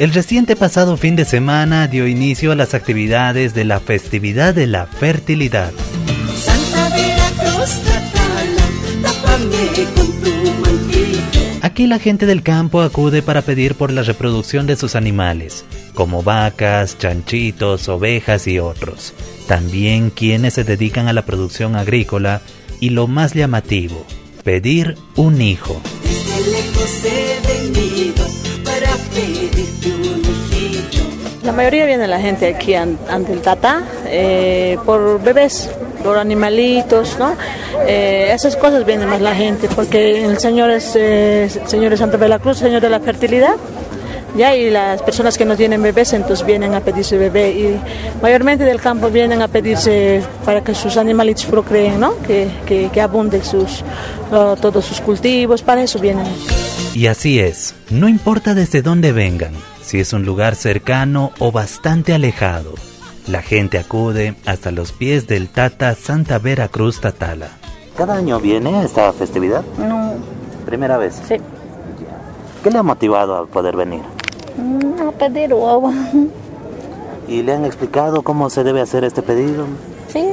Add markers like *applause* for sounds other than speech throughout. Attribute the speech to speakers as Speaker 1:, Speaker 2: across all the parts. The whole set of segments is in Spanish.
Speaker 1: El reciente pasado fin de semana dio inicio a las actividades de la festividad de la fertilidad.
Speaker 2: Santa Veracruz, Tatala, tápame con tu mantillo.
Speaker 1: Aquí la gente del campo acude para pedir por la reproducción de sus animales, como vacas, chanchitos, ovejas y otros. También quienes se dedican a la producción agrícola y lo más llamativo, pedir un hijo.
Speaker 2: Desde lejos he venido para pedirte un hijillo.
Speaker 3: La mayoría viene la gente aquí an- ante el Tata eh, por bebés, por animalitos, ¿no? Eh, esas cosas viene más la gente porque el señor es eh, el señor de Santa Veracruz, señor de la fertilidad. Ya, y las personas que no tienen bebés, entonces vienen a pedirse bebé. Y mayormente del campo vienen a pedirse para que sus animalitos procreen, ¿no? Que, que, que abunden sus, lo- todos sus cultivos, para eso vienen.
Speaker 1: Y así es, no importa desde dónde vengan, si es un lugar cercano o bastante alejado, la gente acude hasta los pies del Tata Santa Veracruz Tatala.
Speaker 4: ¿Cada año viene esta festividad?
Speaker 5: No,
Speaker 4: ¿Primera vez?
Speaker 5: sí.
Speaker 4: ¿Qué le ha motivado a poder venir?
Speaker 5: Mm, A pedir agua.
Speaker 4: ¿Y le han explicado cómo se debe hacer este pedido?
Speaker 5: *laughs* Sí.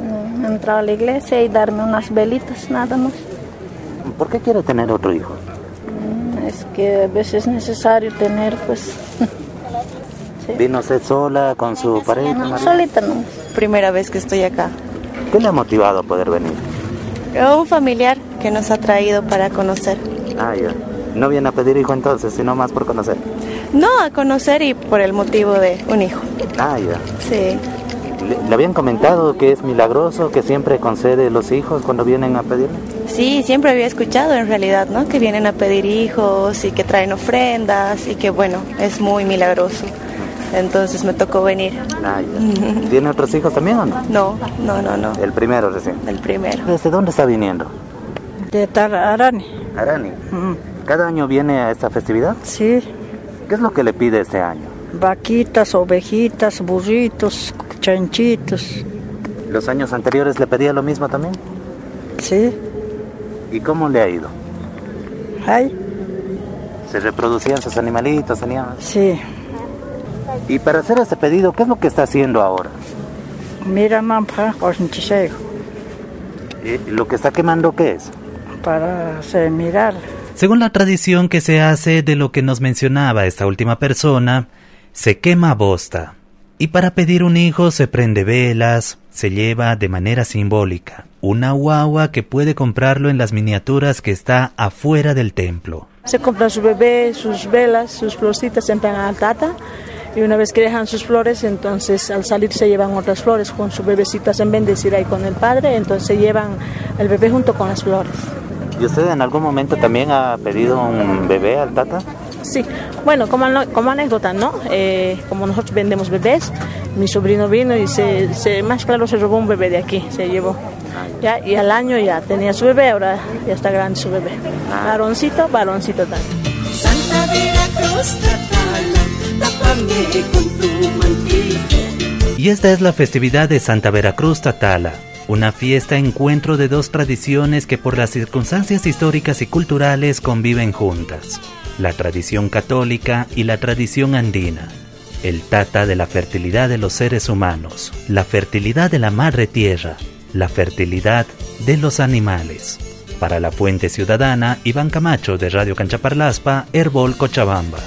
Speaker 5: Mm, Entrar a la iglesia y darme unas velitas, nada más.
Speaker 4: ¿Por qué quiere tener otro hijo?
Speaker 5: Mm, Es que a veces es necesario tener, pues.
Speaker 4: ¿Vino usted sola con su pareja?
Speaker 5: no,
Speaker 4: marido?
Speaker 5: solita no.
Speaker 6: primera vez que estoy acá.
Speaker 4: ¿Qué le ha motivado a poder venir?
Speaker 6: Un familiar que nos ha traído para conocer.
Speaker 4: Ah, ya. No viene a pedir hijo entonces, sino más por conocer.
Speaker 6: No a conocer y por el motivo de un hijo.
Speaker 4: Ah, ya.
Speaker 6: Sí.
Speaker 4: ¿Le, le habían comentado que es milagroso, que siempre concede los hijos cuando vienen a pedirle?
Speaker 6: Sí, siempre había escuchado en realidad, ¿no? Que vienen a pedir hijos y que traen ofrendas y que bueno, es muy milagroso. Entonces me tocó venir.
Speaker 4: Ah,
Speaker 6: *laughs*
Speaker 4: ya. ¿Tiene otros hijos también o no?
Speaker 6: No, no, no, no.
Speaker 4: El primero recién.
Speaker 6: El primero.
Speaker 4: ¿Desde dónde está viniendo?
Speaker 7: De Tararani.
Speaker 4: Arani.
Speaker 3: Mm.
Speaker 4: ¿Cada año viene a esta festividad?
Speaker 7: Sí,
Speaker 4: ¿Qué es lo que le pide este año?
Speaker 7: vaquitas, ovejitas, burritos, chanchitos.
Speaker 4: ¿Los años anteriores le pedía lo mismo también?
Speaker 7: Sí,
Speaker 4: ¿Y cómo le ha ido?
Speaker 7: ay,
Speaker 4: ¿Se reproducían sus animalitos, tenían?
Speaker 7: sí.
Speaker 4: Y para hacer este pedido, ¿qué es lo que está haciendo ahora?
Speaker 7: Mira, mamá, ornchisego,
Speaker 4: Eh, ¿Lo que está quemando qué es?
Speaker 7: para hacer mirar.
Speaker 1: Según la tradición que se hace de lo que nos mencionaba esta última persona, se quema bosta. Y para pedir un hijo se prende velas, se lleva de manera simbólica una guagua que puede comprarlo en las miniaturas que está afuera del templo.
Speaker 3: Se compran su bebé, sus velas, sus florcitas, se entregan al tata. Y una vez que dejan sus flores, entonces al salir se llevan otras flores con sus bebecitas en bendecir ahí con el padre. Entonces se llevan el bebé junto con las flores.
Speaker 4: ¿Y usted en algún momento también ha pedido un bebé al tata?
Speaker 3: Sí, bueno, como, ano- como anécdota, ¿no? Eh, como nosotros vendemos bebés, mi sobrino vino y se, se- más claro se robó un bebé de aquí, se llevó. Ya, y al año ya tenía su bebé, ahora ya está grande su bebé. Varoncito, varoncito también.
Speaker 2: Santa Veracruz, Tatala, tápame con tu mantillo.
Speaker 1: Y esta es la festividad de Santa Veracruz Tatala, una fiesta encuentro de dos tradiciones que por las circunstancias históricas y culturales conviven juntas, la tradición católica y la tradición andina, el tata de la fertilidad de los seres humanos, la fertilidad de la madre tierra, la fertilidad de los animales. Para la Fuente Ciudadana, Iván Camacho de Radio Canchaparlaspa, Herbol Cochabamba.